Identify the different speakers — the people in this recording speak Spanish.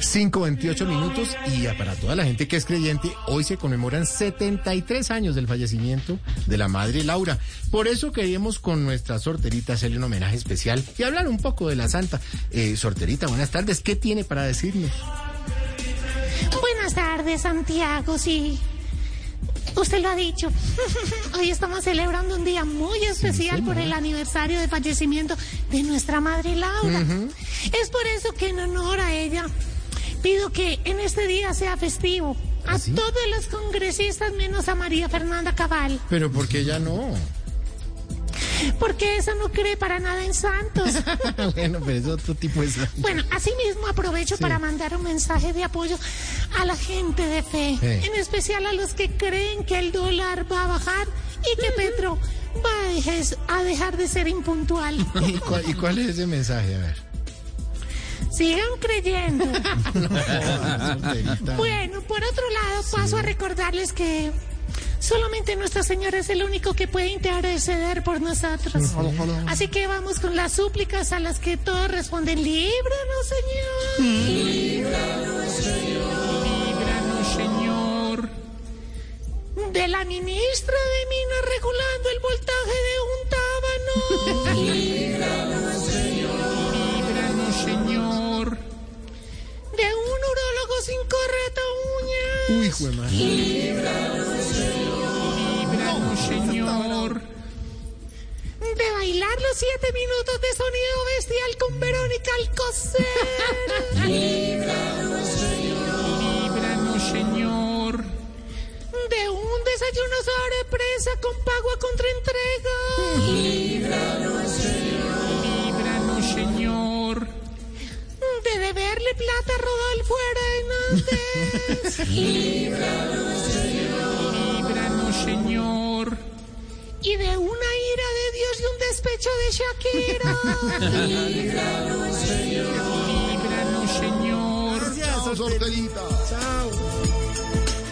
Speaker 1: 5.28 minutos y ya para toda la gente que es creyente, hoy se conmemoran 73 años del fallecimiento de la madre Laura. Por eso queríamos con nuestra sorterita hacerle un homenaje especial y hablar un poco de la santa. Eh, sorterita, buenas tardes. ¿Qué tiene para decirnos?
Speaker 2: Buenas tardes, Santiago. Sí, usted lo ha dicho. Hoy estamos celebrando un día muy especial por el aniversario de fallecimiento de nuestra madre Laura. Es por eso que en honor a ella pido que en este día sea festivo a
Speaker 1: ¿Ah, sí?
Speaker 2: todos los congresistas menos a María Fernanda Cabal,
Speaker 1: Pero porque ella no.
Speaker 2: porque esa no cree para nada en santos.
Speaker 1: bueno, pero es otro tipo de santa.
Speaker 2: Bueno, asimismo aprovecho
Speaker 1: Sí.
Speaker 2: para mandar un mensaje de apoyo a la gente de fe,
Speaker 1: Eh.
Speaker 2: en especial a los que creen que el dólar va a bajar y que Petro va a, dejes- a dejar de ser impuntual.
Speaker 1: ¿Y cuál, y cuál es ese mensaje? A ver.
Speaker 2: Sigan creyendo.
Speaker 1: Ah, Sorterita.
Speaker 2: Bueno, por otro lado, paso a recordarles que solamente Nuestra Señora es el único que puede interceder por nosotros. Así que vamos con las súplicas a las que todos responden, líbranos, Señor.
Speaker 3: Líbranos, Señor.
Speaker 2: De la ministra de Minas regulando el voltaje de un tábano.
Speaker 3: Líbranos, Señor.
Speaker 2: De un urólogo sin correta uña.
Speaker 1: Uy, hijo de madre.
Speaker 3: Líbranos, Señor.
Speaker 2: De bailar los siete minutos de sonido bestial con Verónica Alcocer.
Speaker 3: Líbranos, Señor.
Speaker 2: De un desayuno sobre presa con pago a contraentrega.
Speaker 3: Líbranos, Señor.
Speaker 2: De deberle plata a Rodolfo Hernández.
Speaker 3: Líbranos, Señor.
Speaker 2: Y de una ira de Dios y un despecho de Shakira.
Speaker 3: Líbranos, Señor.
Speaker 1: Gracias, sorterita. Chao.